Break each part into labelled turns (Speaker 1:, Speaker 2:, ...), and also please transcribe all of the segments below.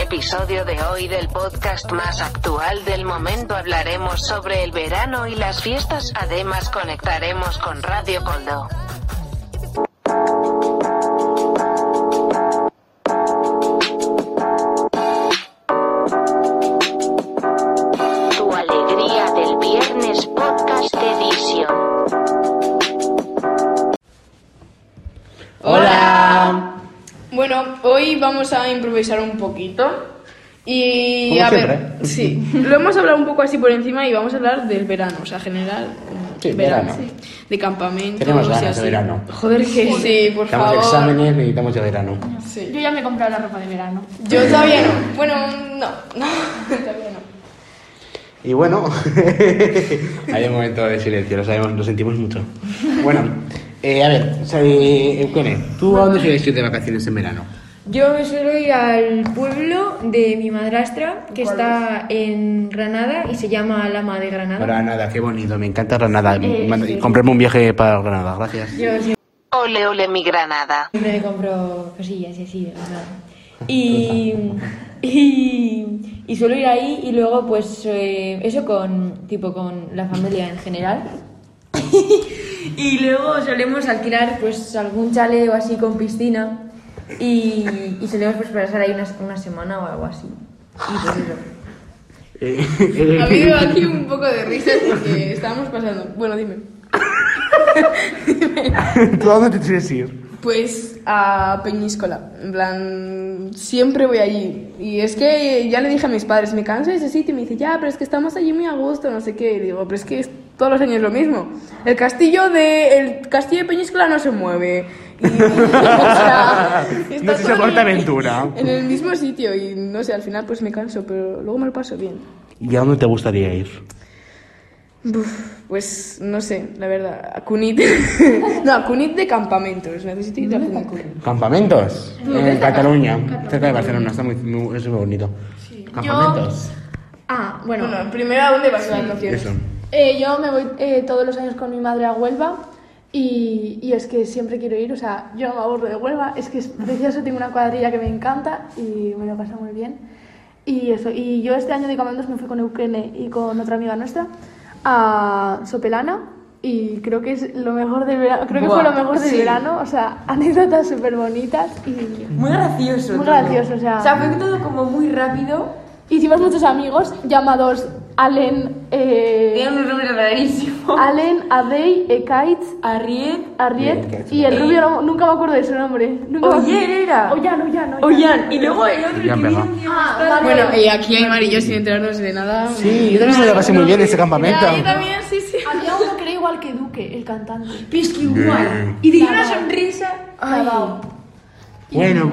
Speaker 1: episodio de hoy del podcast más actual del momento hablaremos sobre el verano y las fiestas, además conectaremos con Radio Coldo. Tu alegría del viernes podcast edición.
Speaker 2: Hola.
Speaker 3: Bueno, hoy vamos a improvisar un poquito. Y
Speaker 2: Como
Speaker 3: a
Speaker 2: siempre. ¿eh?
Speaker 3: ver, sí, lo hemos hablado un poco así por encima y vamos a hablar del verano, o sea, general. como
Speaker 2: Sí, verano.
Speaker 3: sí, De campamento.
Speaker 2: Tenemos
Speaker 3: o sea,
Speaker 2: ganas de
Speaker 3: sí.
Speaker 2: verano.
Speaker 3: Joder, que sí, por
Speaker 2: Estamos de
Speaker 3: favor.
Speaker 2: exámenes, necesitamos ya verano.
Speaker 3: Sí.
Speaker 4: Yo ya me he comprado la ropa de verano.
Speaker 3: Yo todavía no. Bueno, no, no, todavía no.
Speaker 2: Y bueno, hay un momento de silencio, lo sabemos, lo sentimos mucho. Bueno, eh, a ver, sabe- Eukene, ¿tú a dónde sueles ir de vacaciones en verano?
Speaker 5: Yo me suelo ir al pueblo de mi madrastra, que está en Granada y se llama Lama de Granada.
Speaker 2: Granada, qué bonito, me encanta Granada.
Speaker 4: Eh,
Speaker 2: Manda-
Speaker 4: sí.
Speaker 2: Comprarme un viaje para Granada, gracias.
Speaker 5: Yo
Speaker 1: Ole ole mi granada.
Speaker 5: siempre me compro cosillas y así de Granada. Y, y, y suelo ir ahí y luego pues eh, eso con tipo con la familia en general. y luego solemos alquilar pues algún chalet o así con piscina y, y solemos pues pasar ahí una, una semana o algo así. Y pues eso.
Speaker 2: Eh,
Speaker 3: Ha
Speaker 2: eh,
Speaker 3: habido aquí un poco de risas porque estábamos pasando. Bueno, dime.
Speaker 2: ¿Tú a dónde te sueles ir?
Speaker 3: Pues a Peñíscola, en plan, siempre voy allí. Y es que ya le dije a mis padres, me canso de ese sitio, y me dice, ya, pero es que estamos allí muy a gusto, no sé qué. Y digo, pero es que es- todos los años es lo mismo. El castillo de, el castillo de Peñíscola no se mueve. Y, o sea,
Speaker 2: No se
Speaker 3: todo en
Speaker 2: soporta
Speaker 3: el-
Speaker 2: aventura.
Speaker 3: En el mismo sitio y no sé, al final pues me canso, pero luego me lo paso bien.
Speaker 2: ¿Y a dónde te gustaría ir?
Speaker 3: Buf, pues no sé, la verdad, a Cunit. no, a Cunit de campamentos, necesito ir a Cunit.
Speaker 2: ¿Campamentos? En Cataluña, cerca de Barcelona, está muy, muy- es muy bonito. ¿Campamentos?
Speaker 4: Ah,
Speaker 3: Bueno, primero a dónde vas a las vacaciones.
Speaker 2: Eso.
Speaker 4: Eh, yo me voy eh, todos los años con mi madre a Huelva y, y es que siempre quiero ir, o sea, yo no me aburro de Huelva, es que es precioso, tengo una cuadrilla que me encanta y me lo paso muy bien. Y eso, y yo este año de comandos me fui con Eukene y con otra amiga nuestra a Sopelana y creo que es lo mejor del verano, creo que fue
Speaker 5: Buah,
Speaker 4: lo mejor del
Speaker 5: sí.
Speaker 4: verano, o sea, anécdotas súper bonitas y...
Speaker 5: Muy gracioso.
Speaker 4: Muy
Speaker 5: todo.
Speaker 4: gracioso, o sea-
Speaker 5: O sea, fue todo como muy rápido.
Speaker 4: Hicimos muchos amigos llamados Allen, eh,
Speaker 5: Tenía un nombre rarísimo.
Speaker 4: Allen, Adey, Ekait,
Speaker 5: Arriet.
Speaker 4: Arriet y el rubio, no- nunca me acuerdo de su nombre. Nunca me-
Speaker 5: Oyer era.
Speaker 4: Ollán, Ollán, Ollán.
Speaker 5: Oyan. Y luego el otro
Speaker 2: Ya
Speaker 5: que
Speaker 2: empezó.
Speaker 5: vino,
Speaker 4: Ah, vale.
Speaker 3: Bueno, y aquí hay marillos sin enterarnos de nada.
Speaker 2: Sí, yo también me lo pasé muy bien en ese campamento.
Speaker 3: también, sí, sí.
Speaker 4: Había uno que era igual que Duque, el cantante.
Speaker 5: Pero es que igual. Y tenía una sonrisa.
Speaker 4: Clavao.
Speaker 2: Bueno,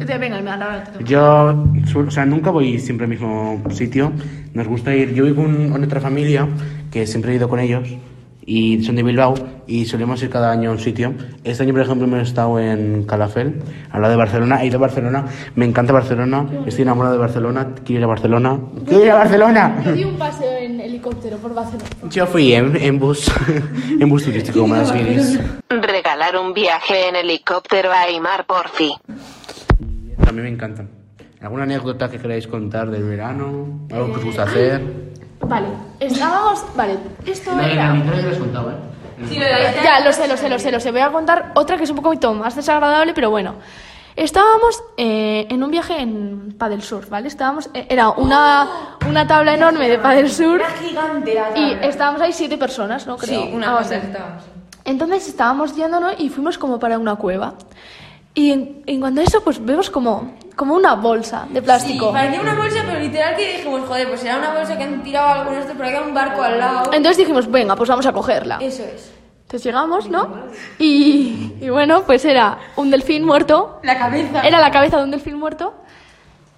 Speaker 5: Este,
Speaker 4: Venga, me ahora te toca.
Speaker 2: yo, su- o sea, nunca voy siempre al mismo sitio. Nos gusta ir, yo vivo con, con otra familia que siempre he ido con ellos y son de Bilbao y solemos ir cada año a un sitio. Este año, por ejemplo, hemos estado en Calafel, al lado de Barcelona. He ido a Barcelona, me encanta Barcelona, estoy enamorado de Barcelona, quiero ir a Barcelona. ¡Quiero ir a Barcelona!
Speaker 4: Yo di un paseo en helicóptero por Barcelona.
Speaker 2: Yo fui en, en bus, en bus turístico, como las guiris.
Speaker 1: Regalar un viaje en helicóptero a Aymar Porfi.
Speaker 2: A mí me encantan. ¿Alguna anécdota que queráis contar del verano? ¿Algo que os gusta hacer?
Speaker 4: Vale, estábamos. Vale, esto
Speaker 2: No,
Speaker 4: era.
Speaker 2: no, no, no, no lo has contado, ¿eh?
Speaker 4: Ya, lo sé, lo sé, lo sé, lo sé. Voy a contar otra que es un poquito más desagradable, pero bueno. Estábamos eh, en un viaje en Padel Sur, ¿vale? Estábamos, eh, era una, una tabla enorme de Padel Sur
Speaker 5: Era gigante la
Speaker 4: y
Speaker 5: tabla.
Speaker 4: estábamos ahí siete personas, ¿no? Creo.
Speaker 5: Sí, una
Speaker 4: Algo
Speaker 5: cosa
Speaker 4: así.
Speaker 5: estábamos.
Speaker 4: Entonces estábamos yéndonos y fuimos como para una cueva. Y en, en cuanto a eso, pues vemos como, como una bolsa de plástico.
Speaker 5: Sí, parecía una bolsa, pero literal que dijimos, joder, pues era una bolsa que han tirado algunos de estos, pero había un barco al lado.
Speaker 4: Entonces dijimos, venga, pues vamos a cogerla.
Speaker 5: Eso es.
Speaker 4: Entonces llegamos, ¿no? Y, y bueno, pues era un delfín muerto.
Speaker 5: La cabeza.
Speaker 4: Era la cabeza de un delfín muerto.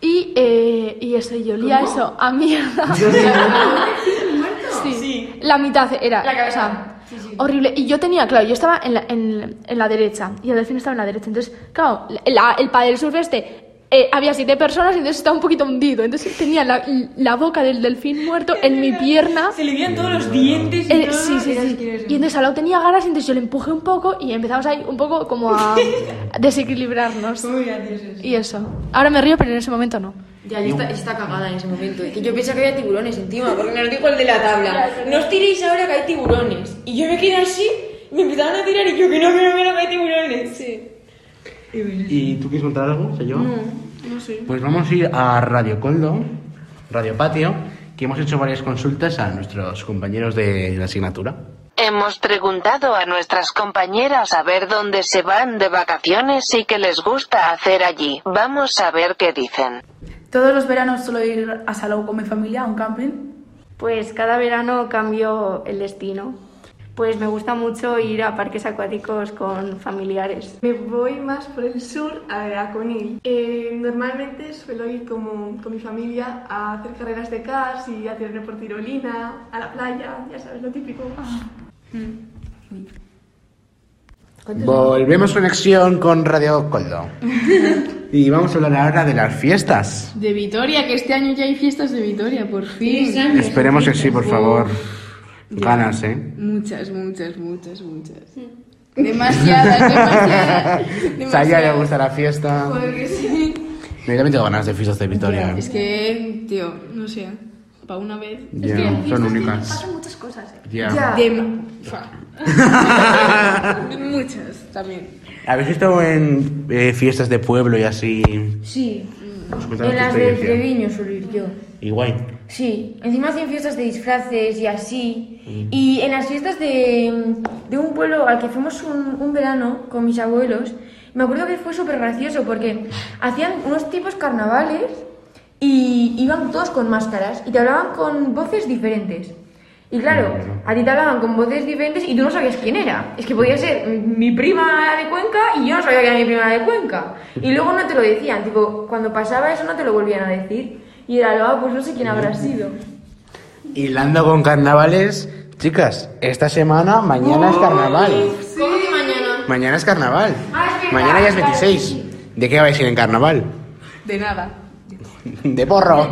Speaker 4: Y, eh, y eso, y olía eso a mierda. sí. La mitad era.
Speaker 5: La cabeza.
Speaker 4: o sea, Horrible. Y yo tenía, claro, yo estaba en la, en- en la derecha y el delfín estaba en la derecha. Entonces, claro, la- el padre surf este eh, había siete personas y entonces estaba un poquito hundido. Entonces tenía la, la boca del delfín muerto en mi pierna.
Speaker 5: Se le veían todos los dientes y
Speaker 4: Eh,
Speaker 5: todo.
Speaker 4: sí, sí,
Speaker 5: Era
Speaker 4: sí.
Speaker 5: asqueroso.
Speaker 4: Y entonces al lado tenía ganas, entonces yo le empujé un poco y empezamos ahí un poco como a desequilibrarnos.
Speaker 6: Muy gracioso.
Speaker 4: Y eso. Ahora me río, pero en ese momento no.
Speaker 5: Ya, yo está, está cagada en ese momento. Es que yo pensaba que había tiburones encima, porque me lo dijo el de la tabla. No os tiréis ahora que hay tiburones. Y yo me quedé así, me empezaron a tirar y yo que no, que no, que no, que hay tiburones. Sí.
Speaker 2: ¿Y tú quieres contar algo, señor? No, no sé. Pues vamos a ir a Radio Coldo, Radio Patio, que hemos hecho varias consultas a nuestros compañeros de la asignatura.
Speaker 1: Hemos preguntado a nuestras compañeras a ver dónde se van de vacaciones y qué les gusta hacer allí. Vamos a ver qué dicen.
Speaker 6: Todos los veranos suelo ir a Salou con mi familia, a un camping.
Speaker 7: Pues cada verano cambio el destino. Pues me gusta mucho ir a parques acuáticos con familiares.
Speaker 8: Me voy más por el sur, a, a Conil. Eh, normalmente suelo ir como, con mi familia a hacer carreras de cars y a tirarme por tirolina, a la playa, ya sabes, lo típico.
Speaker 5: Ah.
Speaker 2: Volvemos conexión con Radio Coldo. y vamos a hablar ahora de las fiestas.
Speaker 3: De Vitoria, que este año ya hay fiestas de Vitoria, por fin.
Speaker 2: Esperemos que sí, por favor. Ganas, ¿eh?
Speaker 3: Muchas, muchas, muchas, muchas.
Speaker 4: Mm.
Speaker 3: Demasiadas, demasiadas.
Speaker 2: O sea, a ella le
Speaker 3: demasiadas.
Speaker 2: gusta la fiesta.
Speaker 3: Joder, que sí.
Speaker 2: Yo también tengo ganas de fiestas de Victoria.
Speaker 3: Es que, tío, no sé, para una vez.
Speaker 2: Ya, son únicas.
Speaker 8: Pasan muchas cosas, eh.
Speaker 2: Ya.
Speaker 3: De... fa. muchas también.
Speaker 2: ¿Habéis estado en eh, fiestas de pueblo y así?
Speaker 5: Sí.
Speaker 2: Os contaba
Speaker 5: En
Speaker 2: Pues tu
Speaker 5: las de
Speaker 2: experiencia.
Speaker 5: Treviño suelo ir yo.
Speaker 2: Y guay.
Speaker 5: Sí, encima hacían fiestas de disfraces y
Speaker 4: Mm.
Speaker 5: así. Y en las fiestas de, de un pueblo al que fuimos un, un verano con mis abuelos, me acuerdo que fue súper gracioso porque hacían unos tipos carnavales y iban todos con máscaras y te hablaban con voces diferentes. Y claro, a ti te hablaban con voces diferentes y tú no sabías quién era. Es que podía ser mi prima de Cuenca y yo no sabía que era mi prima de Cuenca. Y luego no te lo decían, tipo, cuando pasaba eso no te lo volvían a decir. Y era, "Ah, pues no sé quién habrá sido.
Speaker 2: Hilando con carnavales. Chicas, esta semana, mañana es carnaval.
Speaker 5: ¿Cómo que mañana?
Speaker 2: Mañana es carnaval.
Speaker 5: Ah, es verdad,
Speaker 2: mañana ya es
Speaker 5: claro,
Speaker 2: 26. ¿De qué vais a ir en carnaval?
Speaker 3: De nada.
Speaker 2: De porro.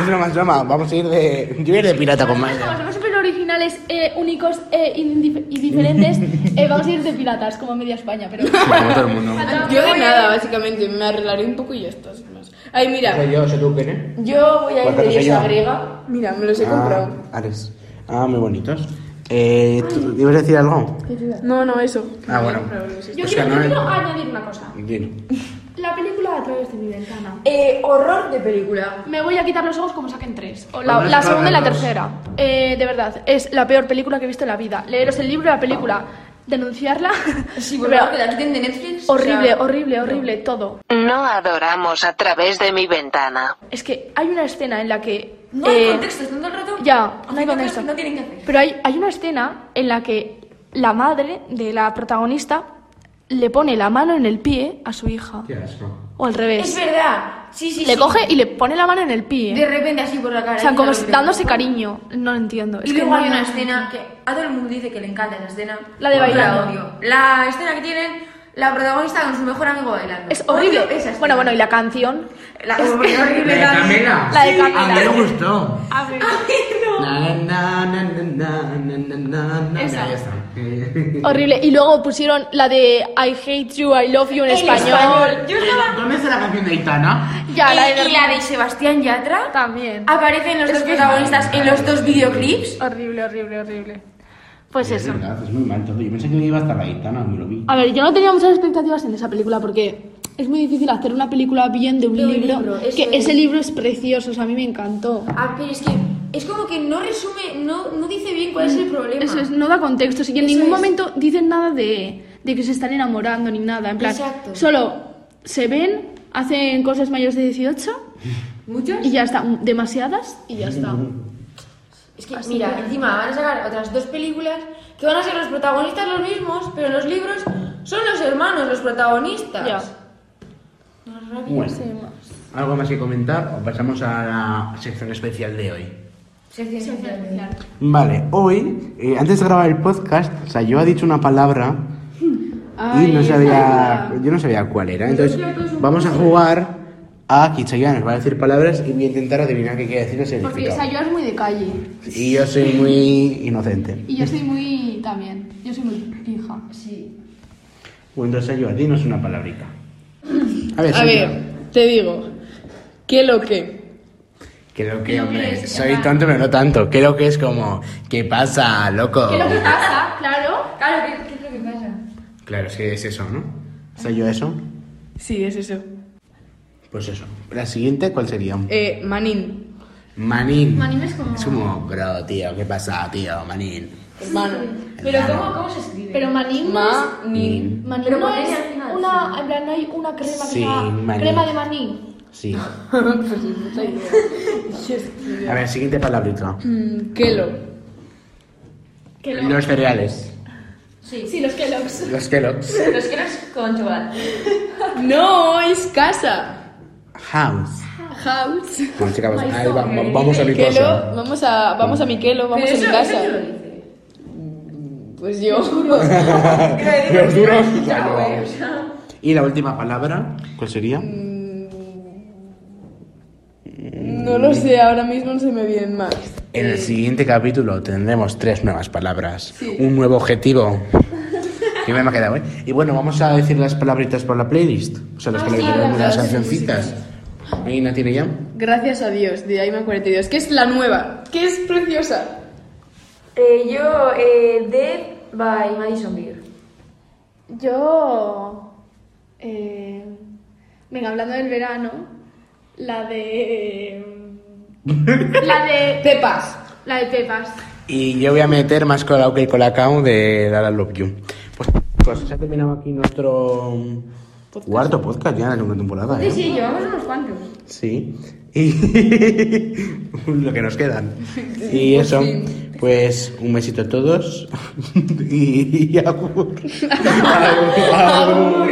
Speaker 2: es broma, es broma. Vamos a ir de. Yo voy a ir de pirata con
Speaker 4: Como
Speaker 2: Maya.
Speaker 4: somos súper originales, eh, únicos eh, y, dif- y diferentes, eh, vamos a ir de piratas, como media España, pero...
Speaker 2: Como todo el mundo.
Speaker 3: Yo de nada, básicamente. Me arreglaré un poco y ya está. sin más. Ay, mira.
Speaker 2: yo, soy tú, ¿eh?
Speaker 5: Yo voy a ir
Speaker 2: Porque
Speaker 5: de
Speaker 2: no sé
Speaker 5: diosa
Speaker 2: yo.
Speaker 5: griega.
Speaker 3: Mira, me los he
Speaker 2: Ah,
Speaker 3: comprado.
Speaker 2: Ares. Ah, muy bonitos. Eh, ¿tú- ¿Ibas a decir algo?
Speaker 3: No, no, eso.
Speaker 2: Ah, bueno.
Speaker 8: Yo
Speaker 2: Pues
Speaker 8: quiero, yo
Speaker 2: carnaval.
Speaker 8: quiero añadir una cosa.
Speaker 2: Bien.
Speaker 8: La película a través de mi ventana.
Speaker 5: Eh, horror de película.
Speaker 4: Me voy a quitar los ojos como saquen tres. O la,
Speaker 2: Vamos a
Speaker 4: la segunda y la
Speaker 2: verlos.
Speaker 4: tercera. Eh, de verdad, es la peor película que he visto en la vida. Leeros el libro de la película, denunciarla.
Speaker 5: Sí, por
Speaker 4: Pero
Speaker 5: favor, que la quiten de Netflix. o sea,
Speaker 4: horrible, horrible, horrible, todo.
Speaker 1: No adoramos a través de mi ventana.
Speaker 4: Es que hay una escena en la que.
Speaker 5: No hay
Speaker 4: eh,
Speaker 5: contexto, están todo el rato.
Speaker 4: Ya, no hay
Speaker 5: haciendo cosas
Speaker 4: contexto.
Speaker 5: que No tienen que hacer.
Speaker 4: Pero hay, hay una escena en la que la madre de la protagonista le pone la mano en el pie a su hija.
Speaker 2: Qué asco.
Speaker 4: O al
Speaker 5: Es
Speaker 4: revés.
Speaker 5: verdad. Sí, sí,
Speaker 4: Le
Speaker 5: sí.
Speaker 4: coge y le pone la mano en el pie.
Speaker 5: De repente así por la cara.
Speaker 4: O sea,
Speaker 5: y
Speaker 4: como
Speaker 5: tal, pero-
Speaker 4: dándose cariño. No lo entiendo.
Speaker 5: Y
Speaker 4: Es que
Speaker 5: luego
Speaker 4: no-
Speaker 5: hay una escena que a todo el mundo dice que le encanta esa escena.
Speaker 4: La de
Speaker 5: Yo
Speaker 4: bailando.
Speaker 5: La, odio. la escena que tienen la protagonista con su mejor amigo bailando.
Speaker 4: Es horrible.
Speaker 5: Odio esa escena.
Speaker 4: Bueno, bueno, y la canción.
Speaker 5: La, horrible también.
Speaker 4: La de
Speaker 5: Ah,
Speaker 4: Camila.
Speaker 2: gustó. Na, na, na, na, na, na, na, na, na. Ya, ya está.
Speaker 4: Horrible. Y luego pusieron la de I hate you, I love you en, español.
Speaker 5: Yo estaba...
Speaker 2: Eh, ¿Dónde está la canción de Aitana?
Speaker 4: Ya, la
Speaker 5: y, Ah.
Speaker 4: de,
Speaker 5: y la de Sebastián Yatra.
Speaker 4: también.
Speaker 5: Aparecen los dos protagonistas en los dos videoclips.
Speaker 4: Horrible, horrible, horrible. Pues
Speaker 2: Es
Speaker 4: eso.
Speaker 2: verdad, es muy mal todo. Yo pensé que iba a estar la Aitana, me lo vi.
Speaker 4: A ver, yo no tenía muchas expectativas en esa película porque es muy difícil hacer una película bien de un
Speaker 5: De un
Speaker 4: libro.
Speaker 5: libro, eso
Speaker 4: que
Speaker 5: es.
Speaker 4: ese libro es precioso, o sea, a mí me encantó.
Speaker 5: Ah, pero es que es como que no resume, no, no dice bien cuál es el problema.
Speaker 4: Mm, Eso es, no da contexto, así que en
Speaker 5: Eso
Speaker 4: ningún
Speaker 5: es.
Speaker 4: momento dicen nada de, de que se están enamorando ni nada. En plan,
Speaker 5: Exacto.
Speaker 4: solo se ven, hacen cosas mayores de 18
Speaker 5: ¿Muchas?
Speaker 4: y ya está, demasiadas y ya
Speaker 3: Ah,
Speaker 4: está.
Speaker 5: Es que, mira, encima van a sacar otras dos películas que van a ser los protagonistas los mismos, pero en los libros son los hermanos los protagonistas.
Speaker 4: Ya.
Speaker 2: Bueno, ¿algo más que comentar o pasamos a la sección especial de hoy?
Speaker 5: Sección especial.
Speaker 2: Vale, hoy, eh, antes de grabar el podcast, o sea, yo he dicho una palabra
Speaker 3: Ay,
Speaker 2: y no
Speaker 3: esa
Speaker 2: sabía,
Speaker 3: era.
Speaker 2: yo no sabía cuál era. Entonces, vamos a jugar a Kichayan. Nos va a decir palabras y voy a intentar adivinar qué quiere decir el
Speaker 4: Porque, o sea,
Speaker 2: significado.
Speaker 4: yo es muy de calle.
Speaker 2: Y yo soy muy inocente.
Speaker 4: Y yo soy muy también. Yo soy muy pija.
Speaker 5: Sí.
Speaker 2: Bueno, entonces, yo, dinos una palabrita. A ver,
Speaker 3: A
Speaker 2: Silvia.
Speaker 3: ver, te digo. ¿Qué lo que?
Speaker 2: Creo que, hombre, soy tonto, pero no tanto. Creo que es como, ¿qué pasa, loco?
Speaker 4: pasa? Claro.
Speaker 5: Claro, ¿qué, qué es lo que pasa?
Speaker 2: Claro, es que es eso, ¿no? ¿Soy yo eso?
Speaker 3: Sí, es eso.
Speaker 2: Pues eso. La siguiente, ¿cuál sería?
Speaker 3: Eh, manín.
Speaker 2: Manín.
Speaker 5: Manín es como-
Speaker 2: Es como, bro, tío, ¿qué pasa, tío? Manín.
Speaker 3: Hermano.
Speaker 5: Pero
Speaker 2: Hermano.
Speaker 5: ¿cómo, cómo se escribe?
Speaker 4: Pero manín no es-
Speaker 3: Manín.
Speaker 2: Manín.
Speaker 4: manín
Speaker 8: Pero
Speaker 4: no
Speaker 8: manín
Speaker 4: es
Speaker 8: al final,
Speaker 4: una... En plan, hay una crema que
Speaker 2: Sí,
Speaker 4: se llama
Speaker 2: manín.
Speaker 4: crema de maní.
Speaker 2: Sí. A ver, siguiente palabrita.
Speaker 3: Mm, ¿Qué lo?
Speaker 2: Los cereales.
Speaker 5: Sí.
Speaker 4: Sí, los Kellogg's.
Speaker 2: Los Kellogg's.
Speaker 5: Los que no es con chocolate.
Speaker 3: No, es casa.
Speaker 2: House.
Speaker 3: House.
Speaker 2: Bueno, chicas, ahí va- va- vamos a mi
Speaker 3: ¿Qué
Speaker 2: cosa.
Speaker 3: lo? Vamos a, vamos a mi ¿qué lo? Vamos a mi casa. Pues yo.
Speaker 2: Los duros. no. Y la última palabra, ¿cuál sería?
Speaker 3: No lo sé, ahora mismo no se me vienen más.
Speaker 2: En el siguiente capítulo tendremos tres nuevas palabras,
Speaker 3: Sí.
Speaker 2: un nuevo objetivo. que me ha quedado, ¿eh? Y bueno, vamos a decir las palabritas por la playlist. O sea, las palabritas,
Speaker 3: las-
Speaker 2: las
Speaker 3: las
Speaker 2: cancioncitas. ¿Y no tiene ya?
Speaker 3: Gracias a Dios, de ahí me 42. Que es la nueva, que es preciosa.
Speaker 5: Eh, yo, eh, Dead by Madison Beer.
Speaker 4: Yo. eh, venga, hablando del verano, la de. la de.
Speaker 3: Pepas.
Speaker 4: La de Pepas.
Speaker 2: Y yo voy a meter más colao que el colacao de Dada Love You. Pues, pues se ha terminado aquí nuestro cuarto podcast ya de la segunda temporada, ¿eh?
Speaker 5: Sí, llevamos unos cuantos.
Speaker 2: Sí. Y lo que nos quedan. Y eso, pues un besito a todos. y agur. Agur.